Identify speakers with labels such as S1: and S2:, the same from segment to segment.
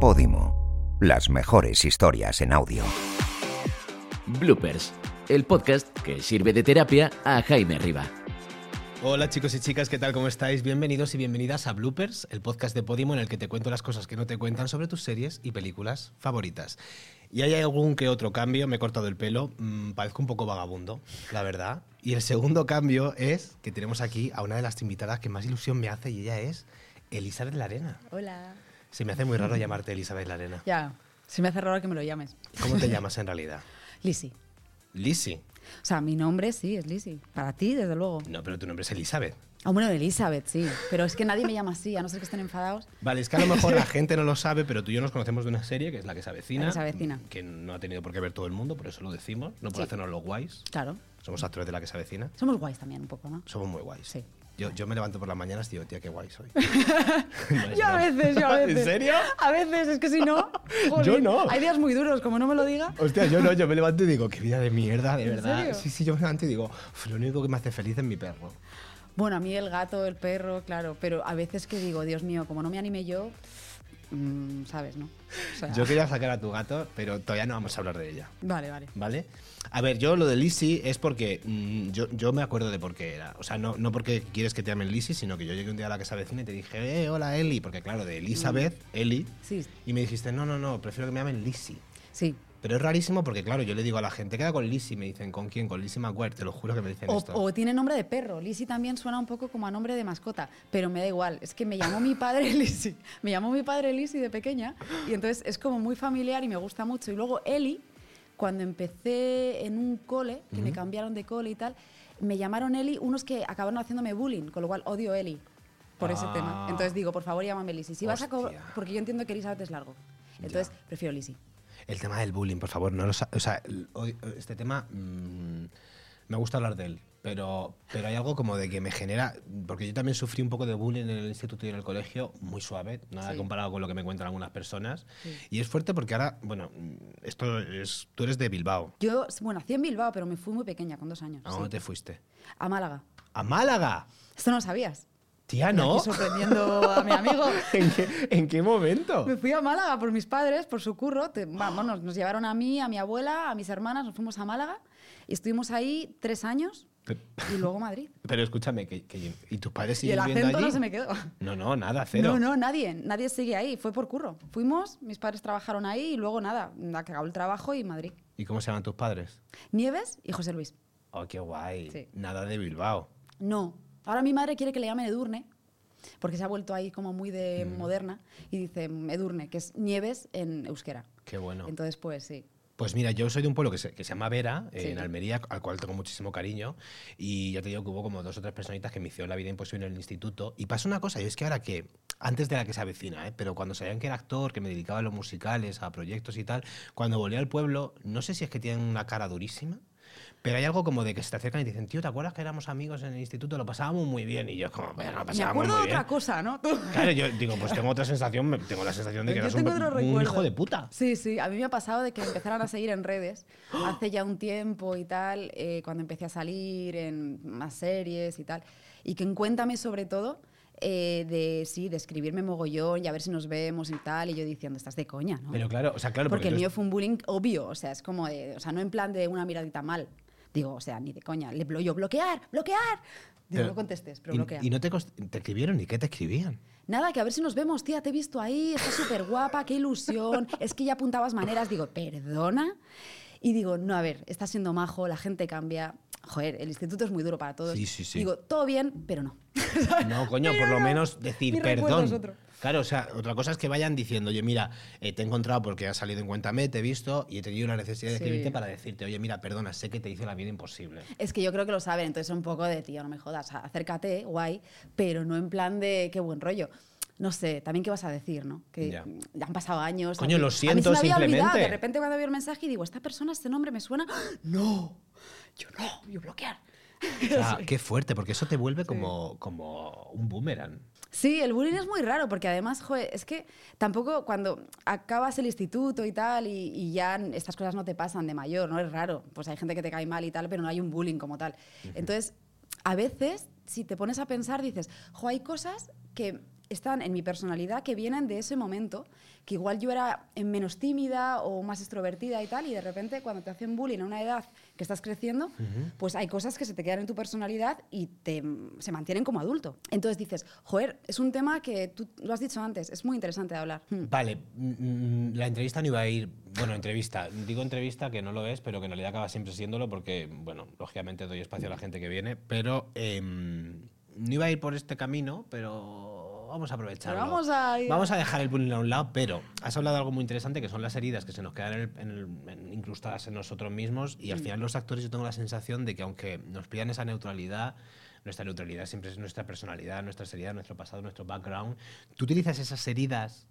S1: Podimo. Las mejores historias en audio.
S2: Bloopers, el podcast que sirve de terapia a Jaime Riva.
S3: Hola chicos y chicas, ¿qué tal? ¿Cómo estáis? Bienvenidos y bienvenidas a Bloopers, el podcast de Podimo en el que te cuento las cosas que no te cuentan sobre tus series y películas favoritas. Y hay algún que otro cambio, me he cortado el pelo, mm, parezco un poco vagabundo, la verdad. Y el segundo cambio es que tenemos aquí a una de las invitadas que más ilusión me hace y ella es Elizabeth Larena.
S4: Hola.
S3: Se me hace muy raro llamarte Elizabeth Larena.
S4: Ya, se me hace raro que me lo llames.
S3: ¿Cómo te llamas en realidad?
S4: Lisi.
S3: Lisi.
S4: O sea, mi nombre sí es Lisi. Para ti, desde luego.
S3: No, pero tu nombre es Elizabeth.
S4: Ah, bueno, Elizabeth, sí. Pero es que nadie me llama así, a no ser que estén enfadados.
S3: Vale, es que a lo mejor la gente no lo sabe, pero tú y yo nos conocemos de una serie que es La que se avecina.
S4: La que se avecina.
S3: Que no ha tenido por qué ver todo el mundo, por eso lo decimos. No por
S4: Sí.
S3: hacernos los guays.
S4: Claro.
S3: Somos actores de La que se avecina.
S4: Somos guays también, un poco, ¿no?
S3: Somos muy guays.
S4: Sí.
S3: Yo, yo me levanto por las mañanas y digo, tía, qué guay soy.
S4: Yo a veces, yo a
S3: ¿En
S4: veces.
S3: serio?
S4: A veces, es que si no.
S3: Yo no.
S4: Hay días muy duros, como no me lo diga.
S3: Hostia, yo no, yo me levanto y digo, qué vida de mierda, de
S4: ¿En
S3: verdad.
S4: serio?
S3: Sí, sí, yo me levanto y digo, "Uf, lo único que me hace feliz es mi perro.
S4: Bueno, a mí el gato, el perro, claro. Pero a veces que digo, Dios mío, como no me anime yo. mm, ¿Sabes, no? O sea,
S3: Yo quería sacar a tu gato, pero todavía no vamos a hablar de ella.
S4: Vale, vale.
S3: ¿Vale? A ver, yo lo de Lisi es porque mm, yo, yo me acuerdo de por qué era. O sea, no, no porque quieres que te llamen Lisi, sino que yo llegué un día a la casa vecina y te dije, eh, hola Eli, porque claro, de Elizabeth, Eli.
S4: Mm. Sí.
S3: Y me dijiste, no, no, no, prefiero que me llamen Lisi.
S4: Sí.
S3: Pero es rarísimo porque, claro, yo le digo a la gente, queda con Lisi, me dicen, ¿con quién? Con Lisi McGuire, te lo juro que me dicen
S4: O,
S3: esto.
S4: o tiene nombre de perro. Lizzie también suena un poco como a nombre de mascota, pero me da igual. Es que me llamó mi padre Lizzie. Me llamó mi padre Lizzie de pequeña y entonces es como muy familiar y me gusta mucho. Y luego Eli, cuando empecé en un cole, que me cambiaron de cole y tal, me llamaron Eli unos que acabaron haciéndome bullying, con lo cual odio Eli por ese
S3: Ah.
S4: tema. Entonces digo, por favor, llámame Lizzie. Si vas a co-
S3: Hostia.
S4: porque yo entiendo que Elizabeth es largo. Entonces prefiero Lizzie.
S3: El tema del bullying, por favor, no lo sa- O sea, el- hoy- este tema mm, me gusta hablar de él, pero, pero hay algo como de que me genera. Porque yo también sufrí un poco de bullying en el instituto y en el colegio, muy suave, nada
S4: Sí.
S3: comparado con lo que me cuentan algunas personas. Y es fuerte porque ahora, bueno, mm, esto es. Tú eres de Bilbao.
S4: Yo, bueno, nací en Bilbao, pero me fui muy pequeña, con dos años.
S3: ¿A
S4: sí.
S3: dónde te fuiste?
S4: A Málaga.
S3: ¡A Málaga!
S4: Esto no lo sabías.
S3: Tía,
S4: Y
S3: no.
S4: aquí sorprendiendo a mi amigo.
S3: ¿En, qué, en qué momento?
S4: Me fui a Málaga por mis padres, por su curro. Te- vamos, nos, nos llevaron a mí, a mi abuela, a mis hermanas, nos fuimos a Málaga y estuvimos ahí tres años
S3: Pe-
S4: y luego Madrid.
S3: Pero escúchame, que, que- ¿y tus padres
S4: y el
S3: siguen viviendo
S4: acento
S3: allí?
S4: no se me quedó.
S3: No, no, nada, cero.
S4: No, no, nadie, nadie sigue ahí, fue por curro. Fuimos, mis padres trabajaron ahí y luego nada, acabó el trabajo y Madrid.
S3: ¿Y cómo se llaman tus padres?
S4: Nieves y José Luis.
S3: Oh, qué guay.
S4: Sí.
S3: Nada de Bilbao.
S4: No. Ahora mi madre quiere que le llamen Edurne, porque se ha vuelto ahí como muy de
S3: Mm.
S4: moderna, y dice Edurne, que es Nieves en euskera.
S3: Qué bueno.
S4: Entonces, pues sí.
S3: Pues mira, yo soy de un pueblo que se, que se llama Vera, eh,
S4: Sí.
S3: en Almería, al cual tengo muchísimo cariño. Y ya te digo que hubo como dos o tres personitas que me hicieron la vida imposible en el instituto. Y pasa una cosa, y es que ahora que, antes de la que se avecina, ¿eh? pero cuando sabían que era actor, que me dedicaba a los musicales, a proyectos y tal, cuando volví al pueblo, no sé si es que tienen una cara durísima. Pero hay algo como de que se te acercan y te dicen, tío, ¿te acuerdas que éramos amigos en el instituto? Lo pasábamos muy bien. Y yo, como, bueno, lo
S4: Me
S3: pasábamos
S4: acuerdo de
S3: muy bien.
S4: otra cosa, ¿no? Tú-
S3: Claro, yo digo, pues tengo otra sensación, me- tengo la sensación de que
S4: Yo
S3: eras un,
S4: tengo otro
S3: un
S4: recuerdo.
S3: hijo de puta.
S4: Sí, sí, a mí me ha pasado de que me empezaron a seguir en redes hace ya un tiempo y tal, eh, cuando empecé a salir en más series y tal, y que en Cuéntame sobre todo, eh, de sí, de escribirme mogollón y a ver si nos vemos y tal, y yo diciendo, estás de coña, ¿no?
S3: Pero claro, o sea, claro,
S4: porque,
S3: porque
S4: el
S3: tú
S4: mío fue un bullying obvio, o sea, es como de, o sea, no en plan de una miradita mal, digo, o sea, ni de coña, le blo- yo bloquear, bloquear, digo,
S3: Pero-
S4: no contestes, pero
S3: Y-
S4: bloquea.
S3: Y, no te, cost- te escribieron, ¿y qué te escribían?
S4: Nada, que a ver si nos vemos, tía, te he visto ahí, estás súper guapa, qué ilusión. Es que ya apuntabas maneras, digo, perdona. Y digo, no, a ver, estás siendo majo, la gente cambia. Joder, el instituto es muy duro para todos.
S3: Sí, sí, sí.
S4: Digo, todo bien, pero no.
S3: No, coño, por lo menos decir
S4: Mi recuerdo
S3: perdón.
S4: es otro.
S3: Claro, o sea, otra cosa es que vayan diciendo, oye, mira, eh, te he encontrado porque has salido en Cuéntame, te he visto y he tenido la necesidad de
S4: Sí.
S3: escribirte para decirte, oye, mira, perdona, sé que te hice la vida imposible.
S4: Es que yo creo que lo saben, entonces un poco de, tío, no me jodas, acércate, guay, pero no en plan de qué buen rollo. No sé, también qué vas a decir, ¿no? Que
S3: Ya.
S4: mm, ya han pasado años.
S3: Coño,
S4: a mí-
S3: lo
S4: a mí se
S3: siento,
S4: me había olvidado,
S3: simplemente.
S4: De repente cuando veo el mensaje y digo, esta persona, este nombre me suena. No, yo no, yo bloquear.
S3: O sea, qué fuerte, porque eso te vuelve como, como un boomerang.
S4: Sí, el bullying es muy raro porque además, joe, es que tampoco cuando acabas el instituto y tal y, y ya n- estas cosas no te pasan de mayor, no es raro. Pues hay gente que te cae mal y tal, pero no hay un bullying como tal. Entonces, a veces, si te pones a pensar, dices, jo, hay cosas que están en mi personalidad que vienen de ese momento, que igual yo era eh, menos tímida o más extrovertida y tal, y de repente cuando te hacen bullying a una edad que estás creciendo, pues hay cosas que se te quedan en tu personalidad y te, mm, se mantienen como adulto. Entonces dices, joder, es un tema que tú lo has dicho antes, es muy interesante de hablar. Hmm.
S3: Vale, mm, mm, la entrevista no iba a ir. Bueno, entrevista. Digo entrevista que no lo es, pero que en realidad acaba siempre siéndolo porque, bueno, lógicamente doy espacio a la gente que viene, pero em, no iba a ir por este camino, pero vamos a aprovecharlo.
S4: Pero vamos a ir-
S3: Vamos a dejar el bullying a un lado, pero has hablado de algo muy interesante que son las heridas que se nos quedan en el- en el- en- incrustadas en nosotros mismos
S4: Mm.
S3: y al final los actores yo tengo la sensación de que aunque nos pidan esa neutralidad, nuestra neutralidad siempre es nuestra personalidad, nuestra seriedad, nuestro pasado, nuestro background, tú utilizas esas heridas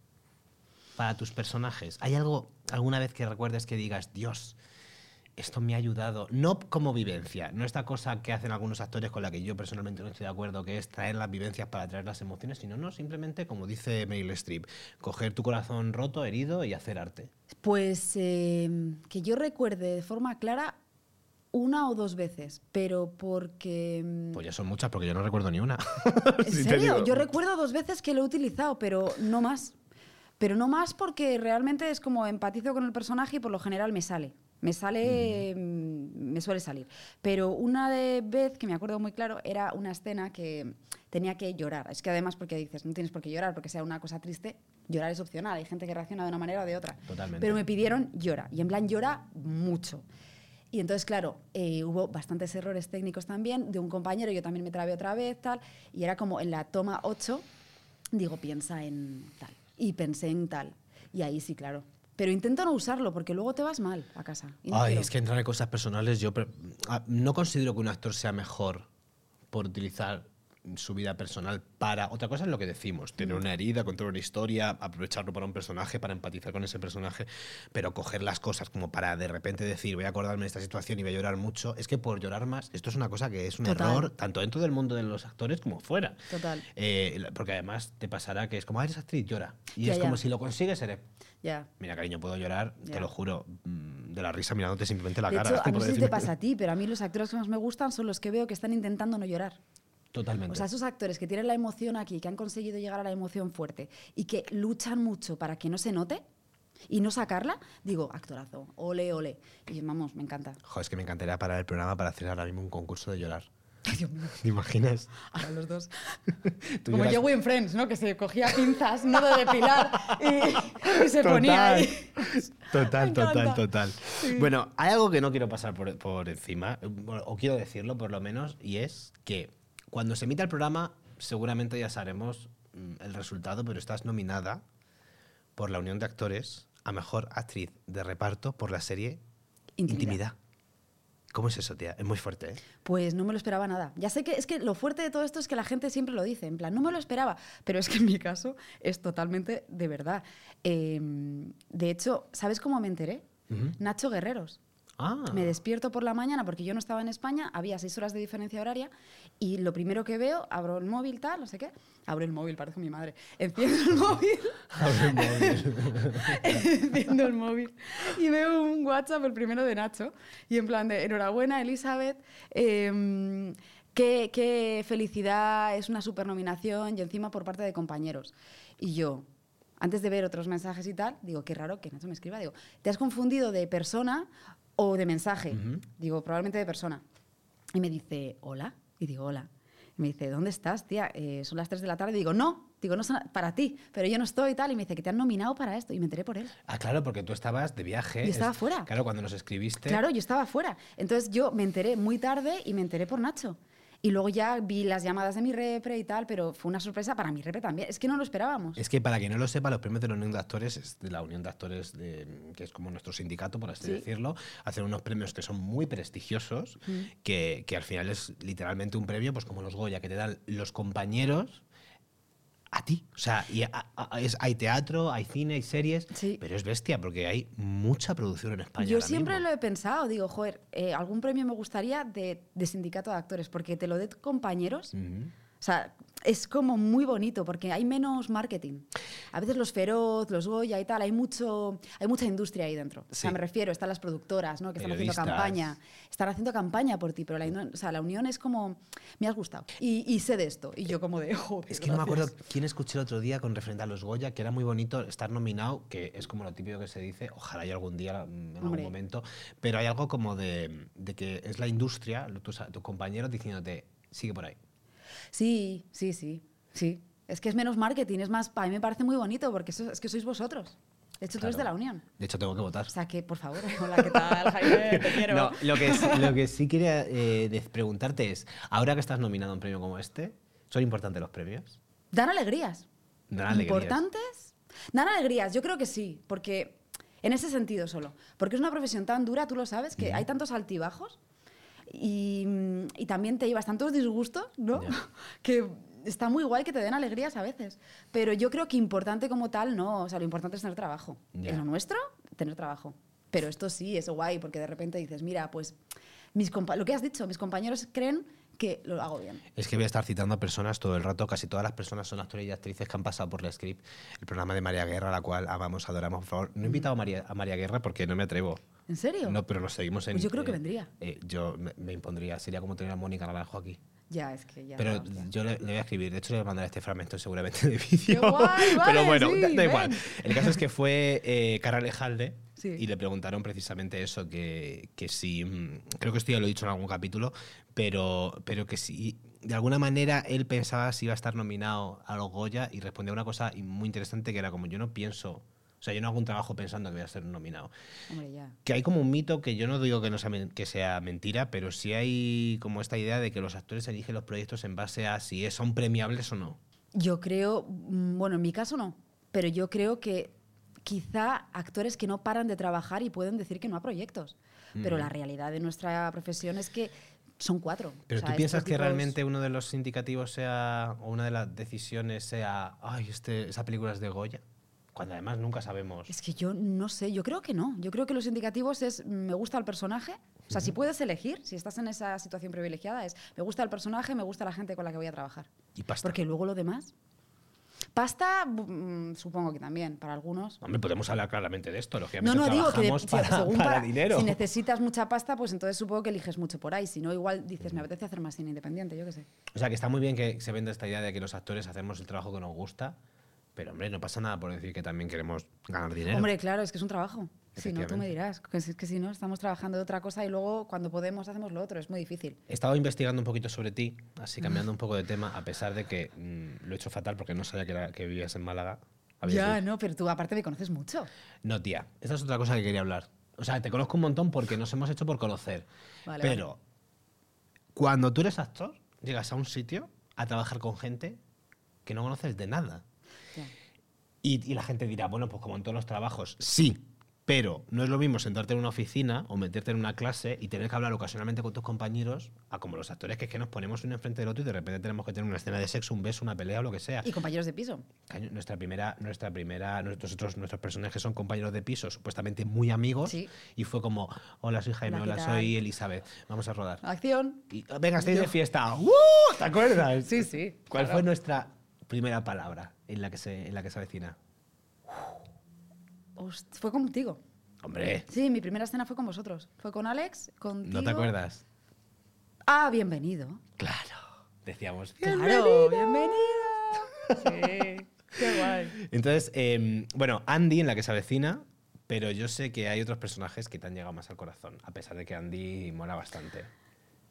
S3: para tus personajes. ¿Hay algo alguna vez que recuerdes que digas, Dios, esto me ha ayudado? No como vivencia, no esta cosa que hacen algunos actores con la que yo personalmente no estoy de acuerdo, que es traer las vivencias para traer las emociones, sino no, simplemente, como dice Meryl Streep, coger tu corazón roto, herido y hacer arte.
S4: Pues eh, que yo recuerde de forma clara una o dos veces, pero porque... mm,
S3: Pues ya son muchas, porque yo no recuerdo ni una.
S4: ¿En
S3: Si te
S4: serio?
S3: digo.
S4: Yo recuerdo dos veces que lo he utilizado, pero no más. Pero no más porque realmente es como empatizo con el personaje y por lo general me sale. Me sale, mm, me suele salir. Pero una de vez que me acuerdo muy claro era una escena que tenía que llorar. Es que además porque dices, no tienes por qué llorar porque sea una cosa triste, llorar es opcional. Hay gente que reacciona de una manera o de otra.
S3: Totalmente.
S4: Pero me pidieron llora. Y en plan llora mucho. Y entonces, claro, eh, hubo bastantes errores técnicos también de un compañero, yo también me trabé otra vez, tal, y era como en la toma 8, digo, piensa en tal. Y pensé en tal. Y ahí sí, claro. Pero intento no usarlo porque luego te vas mal a casa. Y no
S3: Ay,
S4: quiero.
S3: es que entrar en cosas personales, yo pre- ah, no considero que un actor sea mejor por utilizar su vida personal para... Otra cosa es lo que decimos,
S4: Mm.
S3: tener una herida, contar una historia, aprovecharlo para un personaje, para empatizar con ese personaje, pero coger las cosas como para de repente decir, voy a acordarme de esta situación y voy a llorar mucho, es que por llorar más, esto es una cosa que es un
S4: Total.
S3: error, tanto dentro del mundo de los actores como fuera.
S4: Total.
S3: Eh, la- porque además te pasará que es como, ah, eres actriz, llora. Y
S4: Ya,
S3: es como
S4: ya.
S3: si lo consigues, eres
S4: Ya.
S3: Mira, cariño, puedo llorar, te
S4: Ya.
S3: lo juro, mm, de la risa mirándote simplemente la
S4: de
S3: cara.
S4: hecho, a
S3: como
S4: no sé si te
S3: decirme-
S4: pasa a ti, pero a mí los actores que más me gustan son los que veo que están intentando no llorar.
S3: Totalmente.
S4: O sea, esos actores que tienen la emoción aquí, que han conseguido llegar a la emoción fuerte y que luchan mucho para que no se note y no sacarla, digo, actorazo, ole, ole. Y vamos, me encanta.
S3: Joder, es que me encantaría parar el programa para hacer ahora mismo un concurso de llorar.
S4: Ay, Dios mío.
S3: ¿Te imaginas?
S4: Ahora los dos.
S3: Tú
S4: Como
S3: lloras-
S4: Joey en Friends, ¿no? Que se cogía pinzas, no de depilar y, y se ponía
S3: Total.
S4: ahí.
S3: Total,
S4: Me
S3: total,
S4: encanta.
S3: total. Bueno, hay algo que no quiero pasar por, por encima, bueno, o quiero decirlo por lo menos, y es que cuando se emita el programa, seguramente ya sabremos mm, el resultado, pero estás nominada por la Unión de Actores a Mejor Actriz de Reparto por la serie Intimidad.
S4: Intimidad.
S3: ¿Cómo es eso, tía? Es muy fuerte, ¿eh?
S4: Pues no me lo esperaba nada. Ya sé que es que lo fuerte de todo esto es que la gente siempre lo dice, en plan, no me lo esperaba, pero es que en mi caso es totalmente de verdad. Eh, de hecho, ¿sabes cómo me enteré? Nacho Guerreros.
S3: Ah.
S4: Me despierto por la mañana porque yo no estaba en España, había seis horas de diferencia horaria y lo primero que veo, abro el móvil, tal, no sé qué. Abro el móvil, parece mi madre. Enciendo el móvil. Enciendo el móvil. Y veo un WhatsApp, el primero de Nacho. Y en plan de, enhorabuena, Elizabeth. em, qué, qué felicidad, es una super nominación y encima por parte de compañeros. Y yo, antes de ver otros mensajes y tal, digo, qué raro que Nacho me escriba. Digo, ¿te has confundido de persona o de mensaje? Digo, probablemente de persona. Y me dice, hola. Y digo, hola. Y me dice, ¿dónde estás, tía? Eh, son las 3 de la tarde. Y digo, no. Digo, no son para ti, pero yo no estoy y tal. Y me dice que te han nominado para esto. Y me enteré por él.
S3: Ah, claro, porque tú estabas de viaje.
S4: Yo estaba
S3: Es-
S4: fuera.
S3: Claro, cuando nos escribiste.
S4: Claro, yo estaba fuera. Entonces yo me enteré muy tarde y me enteré por Nacho. Y luego ya vi las llamadas de mi repre y tal, pero fue una sorpresa para mi repre también. Es que no lo esperábamos.
S3: Es que para quien no lo sepa, los premios de la Unión de Actores, es de la Unión de Actores, de- que es como nuestro sindicato, por así
S4: Sí.
S3: decirlo, hacen unos premios que son muy prestigiosos,
S4: Mm.
S3: que, que al final es literalmente un premio, pues como los Goya, que te dan los compañeros a ti. O sea, y a- a- es- hay teatro, hay cine, hay series,
S4: Sí.
S3: pero es bestia porque hay mucha producción en España.
S4: Yo
S3: ahora
S4: siempre
S3: mismo.
S4: lo he pensado, digo, joder, eh, algún premio me gustaría de, de sindicato de actores, porque te lo dé compañeros.
S3: Ujú.
S4: O sea, es como muy bonito porque hay menos marketing. A veces los Feroz, los Goya y tal, hay, mucho, hay mucha industria ahí dentro. O
S3: Sí.
S4: sea, me refiero, están las productoras ¿no? que están haciendo
S3: Periodistas.
S4: campaña. Están haciendo campaña por ti, pero la, inu- o sea, la unión es como, me has gustado. Y, y sé de esto. Y yo como de, joder,
S3: Es que no me acuerdo
S4: gracias".
S3: quién escuché el otro día con referente a los Goya, que era muy bonito estar nominado, que es como lo típico que se dice, ojalá yo algún día, mm, en algún
S4: Hombre.
S3: momento, pero hay algo como de, de que es la industria, lo- tus, tus compañeros diciéndote, sigue por ahí.
S4: Sí, sí, sí, sí. Es que es menos marketing, es más, para mí me parece muy bonito porque eso- es que sois vosotros. De hecho, tú eres de la
S3: Claro.
S4: unión.
S3: De hecho, tengo que votar.
S4: O sea que, por favor, hola, ¿qué tal, Jaime? Te quiero.
S3: No, lo que, sí- lo que sí quería eh, de- preguntarte es, ahora que estás nominado a un premio como este, ¿son importantes los premios?
S4: Dan alegrías.
S3: Dan alegrías.
S4: ¿Importantes? Dan alegrías, yo creo que sí, porque en ese sentido solo. Porque es una profesión tan dura, tú lo sabes, que hay tantos altibajos y, mm, y también te llevas tantos disgustos, ¿no?
S3: Ya.
S4: Que está muy guay que te den alegrías a veces. Pero yo creo que importante como tal, no. O sea, lo importante es tener trabajo.
S3: Ya.
S4: En lo nuestro, tener trabajo. Pero esto sí, es guay, porque de repente dices, mira, pues mis compa- lo que has dicho, mis compañeros creen que lo hago bien.
S3: Es que voy a estar citando a personas todo el rato. Casi todas las personas son actores y actrices que han pasado por la script. El programa de María Guerra, la cual amamos, adoramos. Por favor, no he invitado a María, a María Guerra porque no me atrevo.
S4: Mm. ¿En serio?
S3: No, pero lo seguimos en.
S4: Pues yo creo que vendría.
S3: eh, yo me, me impondría. Sería como tener a Mónica Naranjo aquí.
S4: Ya, es que ya.
S3: Pero
S4: hostia.
S3: yo le, le voy a escribir, de hecho le voy a mandar este fragmento seguramente de vídeo.
S4: guay,
S3: Pero
S4: vale,
S3: bueno,
S4: sí,
S3: da, da igual.
S4: ven.
S3: El caso es que fue eh, Cara Alejalde
S4: Sí.
S3: y le preguntaron precisamente eso, que, que si, mm, creo que esto ya lo he dicho en algún capítulo, pero, pero que si de alguna manera él pensaba si iba a estar nominado a los Goya y respondió una cosa y muy interesante que era como yo no pienso, o sea, yo no hago un trabajo pensando que voy a ser nominado
S4: Hombre, ya.
S3: que hay como un mito que yo no digo que no sea, men- que sea mentira, pero sí hay como esta idea de que los actores eligen los proyectos en base a si es- son premiables o no.
S4: Yo creo, mm, bueno, en mi caso no, pero yo creo que quizá actores que no paran de trabajar y pueden decir que no a proyectos. Pero la realidad de nuestra profesión es que son cuatro.
S3: Pero
S4: O sea,
S3: tú piensas
S4: estos
S3: que
S4: tipos-
S3: realmente uno de los indicativos sea, o una de las decisiones sea, ay, este, esa película es de Goya, cuando además nunca sabemos.
S4: Es que yo no sé, yo creo que no. Yo creo que los indicativos es mm, me gusta el personaje. O sea, si puedes elegir, si estás en esa situación privilegiada, es me gusta el personaje, me gusta la gente con la que voy a trabajar.
S3: Y pasta.
S4: Porque luego lo demás. Pasta, mm, supongo que también, para algunos.
S3: Hombre, podemos hablar claramente de esto,
S4: No,
S3: lógicamente
S4: no, digo que de-
S3: trabajamos
S4: si-
S3: para,
S4: según
S3: para
S4: para-
S3: dinero.
S4: Si necesitas mucha pasta, pues entonces supongo que eliges mucho por ahí. Si no, igual dices, me apetece hacer más cine independiente, yo qué sé.
S3: O sea, que está muy bien que se venda esta idea de que los actores hacemos el trabajo que nos gusta, pero hombre, no pasa nada por decir que también queremos ganar dinero.
S4: Hombre, claro, es que es un trabajo. Si no, tú
S3: Efectivamente.
S4: me dirás. Que si- que si no, estamos trabajando de otra cosa y luego cuando podemos hacemos lo otro. Es muy difícil.
S3: He estado investigando un poquito sobre ti, así cambiando un poco de tema, a pesar de que mm, lo he hecho fatal porque no sabía que, era- que vivías en Málaga. Habías
S4: Ya,
S3: vivido-
S4: no, pero tú aparte me conoces mucho.
S3: No, tía, esta es otra cosa que quería hablar. O sea, te conozco un montón porque nos hemos hecho por conocer.
S4: Vale,
S3: pero cuando tú eres actor, llegas a un sitio a trabajar con gente que no conoces de nada.
S4: Ya.
S3: Y, y la gente dirá, bueno, pues como en todos los trabajos, sí, pero no es lo mismo sentarte en una oficina o meterte en una clase y tener que hablar ocasionalmente con tus compañeros a como los actores que es que nos ponemos uno enfrente del otro y de repente tenemos que tener una escena de sexo, un beso, una pelea o lo que sea.
S4: Y compañeros de piso.
S3: Caño, nuestra primera, nuestra primera, nosotros, nuestros personajes son compañeros de piso, supuestamente muy amigos,
S4: Sí.
S3: y fue como, hola, soy Jaime,
S4: Hola,
S3: hola,
S4: ¿qué
S3: soy
S4: tal?
S3: Elizabeth, vamos a rodar.
S4: Acción.
S3: Y, "Ah, venga, estáis de fiesta. ¡Uh! ¿Te acuerdas?
S4: Sí, sí,
S3: ¿Cuál
S4: claro.
S3: fue nuestra primera palabra en la que se, en la que se avecina?
S4: Host- fue contigo.
S3: Hombre,
S4: Sí, mi primera escena fue con vosotros. Fue con Alex, contigo.
S3: ¿no te acuerdas?
S4: Ah, bienvenido.
S3: Claro. Decíamos.
S4: Claro, bienvenido. Sí, qué guay.
S3: Entonces, eh, bueno, Andy en la que se avecina, pero yo sé que hay otros personajes que te han llegado más al corazón, a pesar de que Andy mola bastante.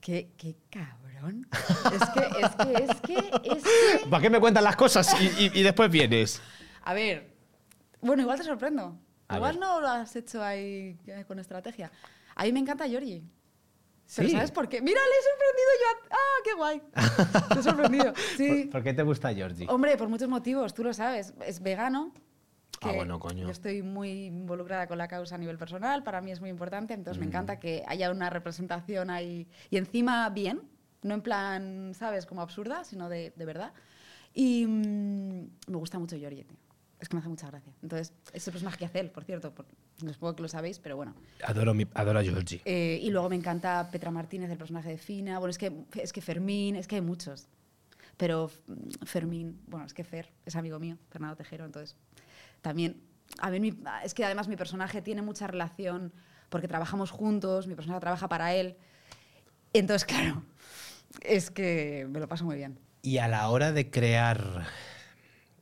S4: Qué, qué cabrón. Es que, es que, es que, es que.
S3: ¿Para qué me cuentas las cosas y, y- y después vienes?
S4: A ver. Bueno, igual te sorprendo.
S3: A
S4: igual
S3: ver.
S4: no lo has hecho ahí eh, con estrategia. A mí me encanta Giorgi. Pero
S3: Sí.
S4: ¿sabes por qué? Mira, le he sorprendido yo. a- ¡Ah, qué guay! Te he sorprendido. Sí. Oh.
S3: ¿Por, por qué te gusta Georgie?
S4: Hombre, por muchos motivos, tú lo sabes. Es vegano.
S3: Ah,
S4: que
S3: bueno, coño.
S4: Yo estoy muy involucrada con la causa a nivel personal, para mí es muy importante, entonces
S3: Mm.
S4: me encanta que haya una representación ahí y encima bien, no en plan, ¿sabes?, como absurda, sino de, de verdad. Y mm, me gusta mucho Giorgi, tío. Es que me hace mucha gracia. Entonces, es el personaje que hace él, por cierto. por- no supongo que lo sabéis, pero bueno.
S3: Adoro, mi- adoro a Georgie.
S4: Eh, y luego me encanta Petra Martínez, el personaje de Fina. Bueno, es que, es que Fermín, es que hay muchos. Pero mm, Fermín, bueno, es que Fer es amigo mío, Fernando Tejero, entonces también, a ver, mi- es que además mi personaje tiene mucha relación porque trabajamos juntos, mi personaje trabaja para él. Entonces, claro, es que me lo paso muy bien.
S3: Y a la hora de crear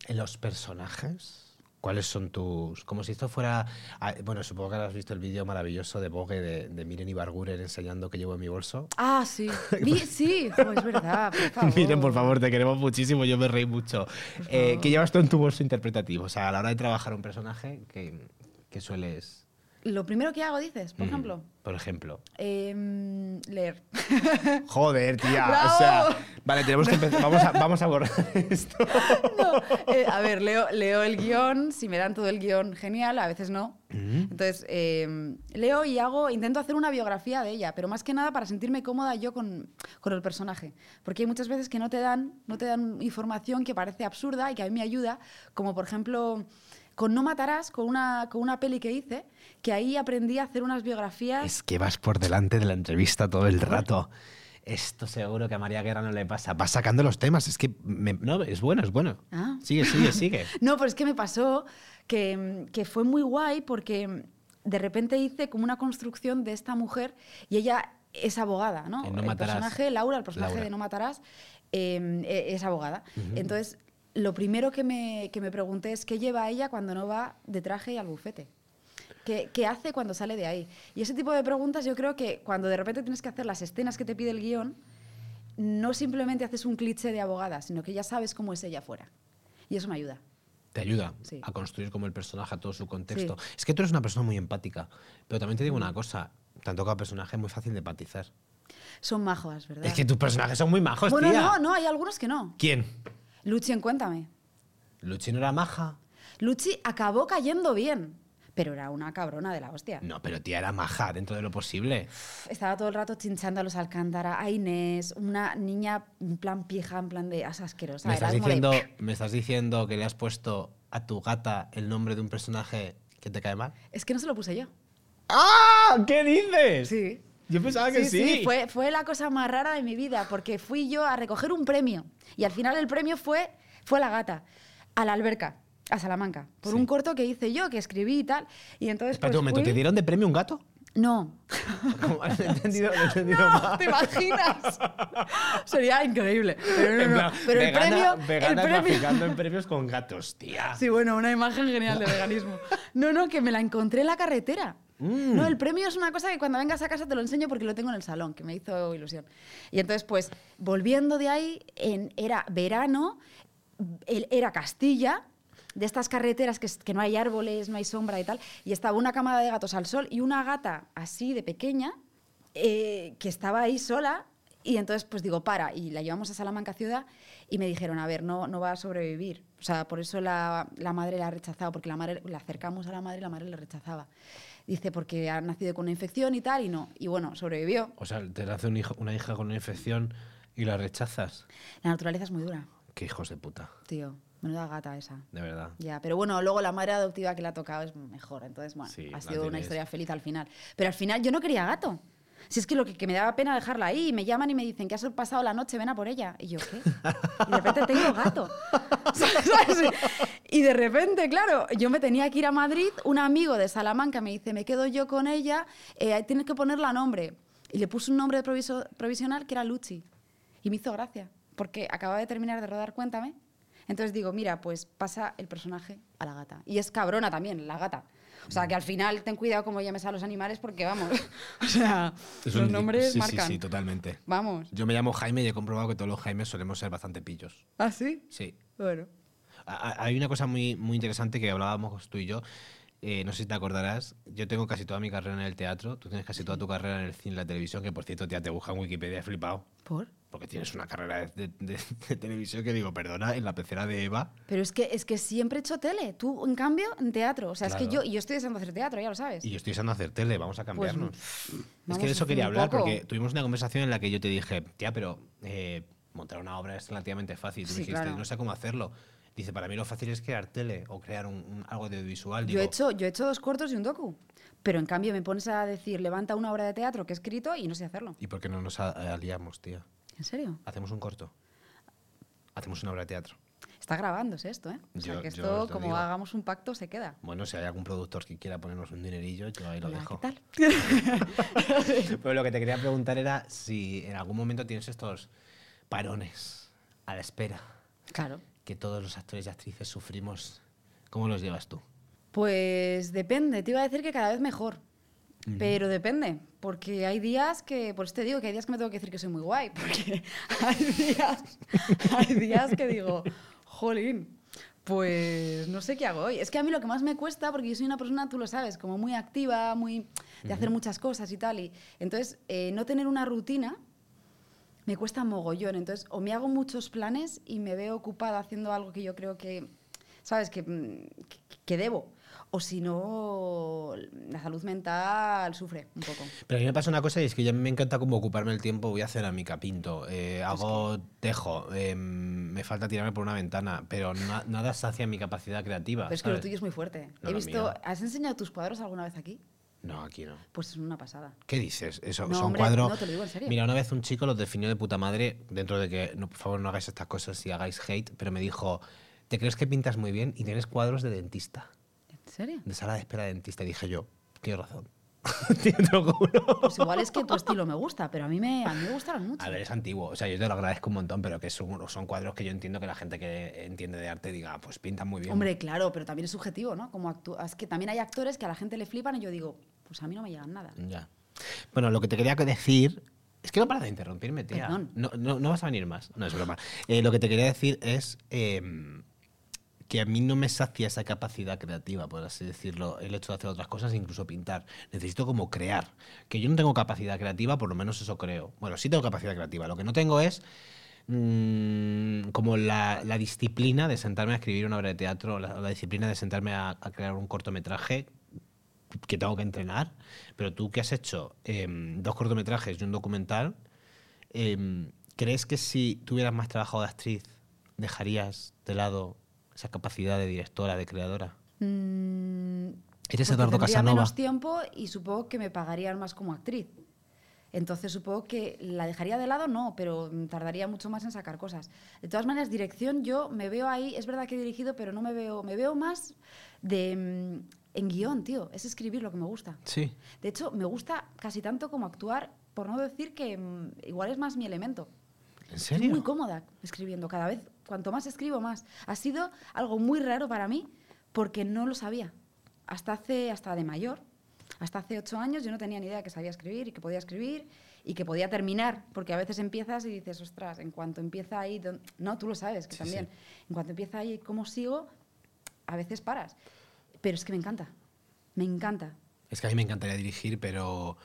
S3: los personajes, ¿cuáles son tus...? Como si esto fuera... ah, Bueno, supongo que has visto el vídeo maravilloso de Vogue de, de Miren y Barguren enseñando que llevo en mi bolso.
S4: Ah, sí. Vi- sí, jo, es verdad. Por favor.
S3: Miren, por favor, te queremos muchísimo, yo me reí mucho. Eh, ¿Qué llevas tú en tu bolso interpretativo? O sea, a la hora de trabajar un personaje, ¿qué, qué sueles...?
S4: Lo primero que hago, dices, por ejemplo,
S3: Mm, Por ejemplo.
S4: em, leer.
S3: Joder, tía.
S4: Eh. ¡Bravo!
S3: O sea, vale, tenemos que empezar. Vamos a, vamos a borrar esto.
S4: No, eh, a ver, leo, leo el guión, si me dan todo el guión, genial, a veces no. Entonces, eh, leo y hago, intento hacer una biografía de ella, pero más que nada para sentirme cómoda yo con, con el personaje. Porque hay muchas veces que no te, dan, no te dan información que parece absurda y que a mí me ayuda, como por ejemplo con No Matarás, con una, con una peli que hice, que ahí aprendí a hacer unas biografías.
S3: Es que vas por delante de la entrevista todo el rato. Esto seguro que a María Guerra no le pasa. Vas sacando los temas. Es que. me- no, es bueno, es bueno.
S4: Ah.
S3: Sigue, sigue, sigue.
S4: No, pero es que me pasó que, mm, que fue muy guay porque mm, de repente hice como una construcción de esta mujer y ella es abogada, ¿no?
S3: En No
S4: el
S3: Matarás.
S4: personaje, Laura, el personaje
S3: Laura.
S4: de No Matarás, eh, e- es abogada. Entonces, lo primero que me, que me pregunté es qué lleva ella cuando no va de traje al bufete. ¿Qué, qué hace cuando sale de ahí? Y ese tipo de preguntas yo creo que cuando de repente tienes que hacer las escenas que te pide el guión, no simplemente haces un cliché de abogada, sino que ya sabes cómo es ella fuera. Y eso me ayuda.
S3: Te ayuda
S4: Sí.
S3: a construir como el personaje, a todo su contexto. Es que tú eres una persona muy empática. Pero también te digo
S4: Mm.
S3: una cosa. Tanto cada personaje es muy fácil de empatizar.
S4: Son majos, ¿verdad?
S3: Es que tus personajes son muy majos,
S4: bueno,
S3: tía.
S4: no, no, hay algunos que no.
S3: ¿Quién?
S4: Luchi, en Cuéntame.
S3: ¿Luchino era maja?
S4: Luchi acabó cayendo bien, pero era una cabrona de la hostia.
S3: No, pero tía, era maja dentro de lo posible.
S4: Estaba todo el rato chinchando a los Alcántara, a Inés, una niña en plan pija, en plan de asa asquerosa.
S3: me,
S4: era
S3: estás
S4: como de,
S3: diciendo, me estás diciendo que le has puesto a tu gata el nombre de un personaje que te cae mal.
S4: Es que no se lo puse yo.
S3: ¡Ah! ¿Qué dices?
S4: Sí.
S3: Yo pensaba Ah, que sí.
S4: Fue, fue la cosa más rara de mi vida, porque fui yo a recoger un premio y al final el premio fue, fue la gata, a la alberca, a Salamanca, por
S3: Sí.
S4: un corto que hice yo, que escribí y tal. Y entonces.
S3: Espérate
S4: pues,
S3: un momento,
S4: fui-
S3: ¿te dieron de premio un gato?
S4: No,
S3: ¿Cómo? No he entendido, no he entendido
S4: No,
S3: mal.
S4: ¿te imaginas? Sería increíble. Pero, no,
S3: En
S4: no,
S3: plan,
S4: pero el
S3: vegana-
S4: premio.
S3: vegana
S4: el premio
S3: traficando en premios con gatos, tía.
S4: Sí, bueno, una imagen genial de veganismo. No, no, que me la encontré en la carretera.
S3: Mm.
S4: No, el premio es una cosa que cuando vengas a casa te lo enseño porque lo tengo en el salón, que me hizo ilusión. Y entonces, pues, volviendo de ahí, en- era verano, el- era Castilla, de estas carreteras que, es- que no hay árboles, no hay sombra y tal, y estaba una camada de gatos al sol y una gata así de pequeña eh, que estaba ahí sola. Y entonces, pues digo, para, y la llevamos a Salamanca Ciudad y me dijeron, a ver, no, no va a sobrevivir. O sea, por eso la, la madre la ha rechazado, porque la madre la acercamos a la madre y la madre la rechazaba. Dice, porque ha nacido con una infección y tal, y no. Y bueno, sobrevivió.
S3: O sea, te nace un hijo- una hija con una infección y la rechazas.
S4: La naturaleza es muy dura,
S3: Qué hijos de puta,
S4: tío. Menuda gata esa.
S3: de verdad.
S4: Ya, pero bueno, luego la madre adoptiva que le ha tocado es mejor, entonces bueno,
S3: Sí,
S4: ha
S3: la
S4: sido una
S3: tienes.
S4: historia feliz al final. Pero al final yo no quería gato. Si es que lo que, que me daba pena dejarla ahí, y me llaman y me dicen que has pasado la noche, ven a por ella. Y yo, ¿qué? Y de repente tengo gato. ¿Sabes? Y de repente, claro, yo me tenía que ir a Madrid, un amigo de Salamanca me dice, me quedo yo con ella, eh, tienes que ponerla nombre. Y le puse un nombre proviso- provisional que era Luchi. Y me hizo gracia, porque acababa de terminar de rodar Cuéntame. Entonces digo, mira, pues pasa el personaje a la gata. Y es cabrona también, la gata. O sea, que al final ten cuidado cómo llames a los animales porque, vamos, o sea, los nombres
S3: sí,
S4: marcan.
S3: Sí, sí, totalmente.
S4: Vamos.
S3: Yo me llamo Jaime y he comprobado que todos los Jaimes solemos ser bastante pillos.
S4: ¿Ah, sí?
S3: Sí.
S4: Bueno.
S3: A- a- Hay una cosa muy, muy interesante que hablábamos tú y yo. Eh, no sé si te acordarás, yo tengo casi toda mi carrera en el teatro, tú tienes casi toda tu carrera en el cine y la televisión, que por cierto, tía, te busca en Wikipedia, he flipado.
S4: ¿Por?
S3: Porque tienes una carrera de, de- de televisión que digo, perdona, en la pecera de Eva.
S4: Pero es que, es que siempre he hecho tele. Tú, en cambio, en teatro. O sea, es que yo,
S3: Claro.
S4: y yo estoy deseando hacer teatro, ya lo sabes.
S3: Y yo estoy usando hacer tele, vamos a cambiarnos. es
S4: Pues vamos
S3: que de
S4: a
S3: eso
S4: hacer
S3: quería
S4: un
S3: hablar,
S4: poco.
S3: porque tuvimos una conversación en la que yo te dije, tía, pero eh, montar una obra es relativamente fácil. Tú me
S4: Sí,
S3: dijiste,
S4: claro.
S3: no sé cómo hacerlo. Dice, para mí lo fácil es crear tele o crear un, un- algo de audiovisual.
S4: Yo
S3: Digo,
S4: he, hecho, yo he hecho dos cortos y un docu. Pero en cambio me pones a decir, levanta una obra de teatro que he escrito y no sé hacerlo.
S3: ¿Y por qué no nos a- aliamos, tía?
S4: ¿En serio?
S3: Hacemos un corto. hacemos una obra de teatro.
S4: Está grabándose esto, ¿eh? O sea,
S3: Yo-
S4: que
S3: yo
S4: esto,
S3: os lo
S4: como
S3: digo.
S4: hagamos un pacto, se queda.
S3: Bueno, si hay algún productor que quiera ponernos un dinerillo, yo ahí lo
S4: Hola,
S3: dejo.
S4: ¿Qué tal?
S3: Pero lo que te quería preguntar era si en algún momento tienes estos parones a la espera
S4: Claro.
S3: que todos los actores y actrices sufrimos. ¿Cómo los llevas tú?
S4: Pues depende, te iba a decir que cada vez mejor. Pero depende, porque hay días que, por eso te digo que hay días que me tengo que decir que soy muy guay, porque hay días, hay días que digo, jolín, pues no sé qué hago hoy. Es que a mí lo que más me cuesta, porque yo soy una persona, tú lo sabes, como muy activa, muy de hacer muchas cosas y tal, y entonces eh, no tener una rutina me cuesta mogollón. Entonces, o me hago muchos planes y me veo ocupada haciendo algo que yo creo que, ¿sabes?, que, mm, que, que debo. O si no, la salud mental sufre un poco.
S3: Pero a mí me pasa una cosa y es que ya me encanta como ocuparme el tiempo. Voy a cerámica, pinto, eh, hago tejo, em, me falta tirarme por una ventana, pero na- nada sacia mi capacidad creativa.
S4: Pero es que lo
S3: Ah, ¿sabes?
S4: tuyo es muy fuerte.
S3: No,
S4: He
S3: lo
S4: visto,
S3: mío.
S4: ¿Has enseñado tus cuadros alguna vez aquí?
S3: No, aquí no.
S4: Pues es una pasada.
S3: ¿Qué dices? Eso,
S4: No,
S3: son
S4: hombre,
S3: cuadros.
S4: no, te lo digo en serio.
S3: Mira, una vez un chico los definió de puta madre, dentro de que, no, por favor, no hagáis estas cosas y hagáis hate, pero me dijo: ¿Te crees que pintas muy bien y tienes cuadros de dentista?
S4: ¿En serio?
S3: De sala de espera de dentista. Y dije yo: Tienes razón. Te lo juro.
S4: Pues igual es que tu estilo me gusta, pero a mí me, a mí me gustaron mucho.
S3: A ver, es antiguo. O sea, yo te lo agradezco un montón, pero que son, son cuadros que yo entiendo que la gente que entiende de arte diga, pues pintan muy bien.
S4: Hombre, claro, pero también es subjetivo, ¿no? Como actu- es que también hay actores que a la gente le flipan y yo digo, pues a mí no me llegan nada.
S3: Ya. Bueno, lo que te quería decir. Es que no paras de interrumpirme, tía.
S4: Perdón.
S3: No, no, no vas a venir más. No es broma. Eh, lo que te quería decir es em, que a mí no me sacia esa capacidad creativa, por así decirlo, el hecho de hacer otras cosas, e incluso pintar. Necesito como crear. Que yo no tengo capacidad creativa, por lo menos eso creo. Bueno, sí tengo capacidad creativa. Lo que no tengo es mm, como la, la disciplina de sentarme a escribir una obra de teatro, la, la disciplina de sentarme a- a crear un cortometraje que tengo que entrenar, pero tú que has hecho em, dos cortometrajes y un documental, em, ¿crees que si tuvieras más trabajo de actriz dejarías de lado esa capacidad de directora, de creadora?
S4: Mm,
S3: Eres
S4: porque
S3: Eduardo
S4: tendría
S3: Casanova.
S4: menos tiempo y supongo que me pagarían más como actriz. Entonces supongo que la dejaría de lado, no, pero mm, tardaría mucho más en sacar cosas. De todas maneras, dirección, yo me veo ahí, es verdad que he dirigido, pero no me veo, me veo más de mm, en guión, tío. Es escribir lo que me gusta.
S3: Sí.
S4: De hecho, me gusta casi tanto como actuar, por no decir que mm, igual es más mi elemento.
S3: ¿En
S4: Estoy
S3: serio?
S4: muy cómoda escribiendo, cada vez, cuanto más escribo, más. Ha sido algo muy raro para mí porque no lo sabía. Hasta hace, hasta de mayor, hasta hace ocho años yo no tenía ni idea que sabía escribir y que podía escribir y que podía terminar, porque a veces empiezas y dices, ostras, en cuanto empieza ahí, don-". no, tú lo sabes, que
S3: Sí,
S4: también, en cuanto empieza ahí, ¿cómo sigo? A veces paras, pero es que me encanta, me encanta.
S3: Es que a mí me encantaría dirigir, pero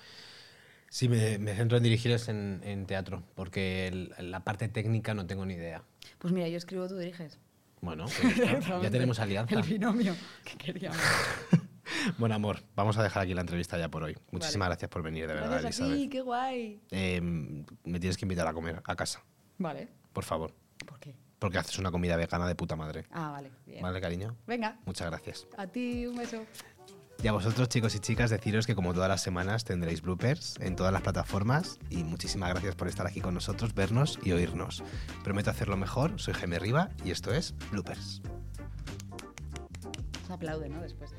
S3: si me, me centro en dirigir es en, en teatro, porque el- la parte técnica no tengo ni idea.
S4: Pues mira, yo escribo, tú diriges.
S3: Bueno, pues ya está. ya tenemos alianza.
S4: El binomio que queríamos.
S3: Bueno, amor, vamos a dejar aquí la entrevista ya por hoy. Muchísimas gracias por venir, de verdad,
S4: Gracias a
S3: Elizabeth.
S4: ti, qué guay.
S3: Eh, me tienes que invitar a comer a casa,
S4: Vale.
S3: por favor.
S4: ¿Por qué?
S3: Porque haces una comida vegana de puta madre.
S4: Ah, vale. Bien.
S3: ¿Vale, cariño?
S4: Venga,
S3: Muchas gracias.
S4: a ti un beso.
S3: Y a vosotros, chicos y chicas, deciros que como todas las semanas tendréis bloopers en todas las plataformas. Y muchísimas gracias por estar aquí con nosotros, vernos y oírnos. Prometo hacerlo mejor. Soy Jaime Riva y esto es Bloopers.
S4: Se aplaude, ¿no? Después.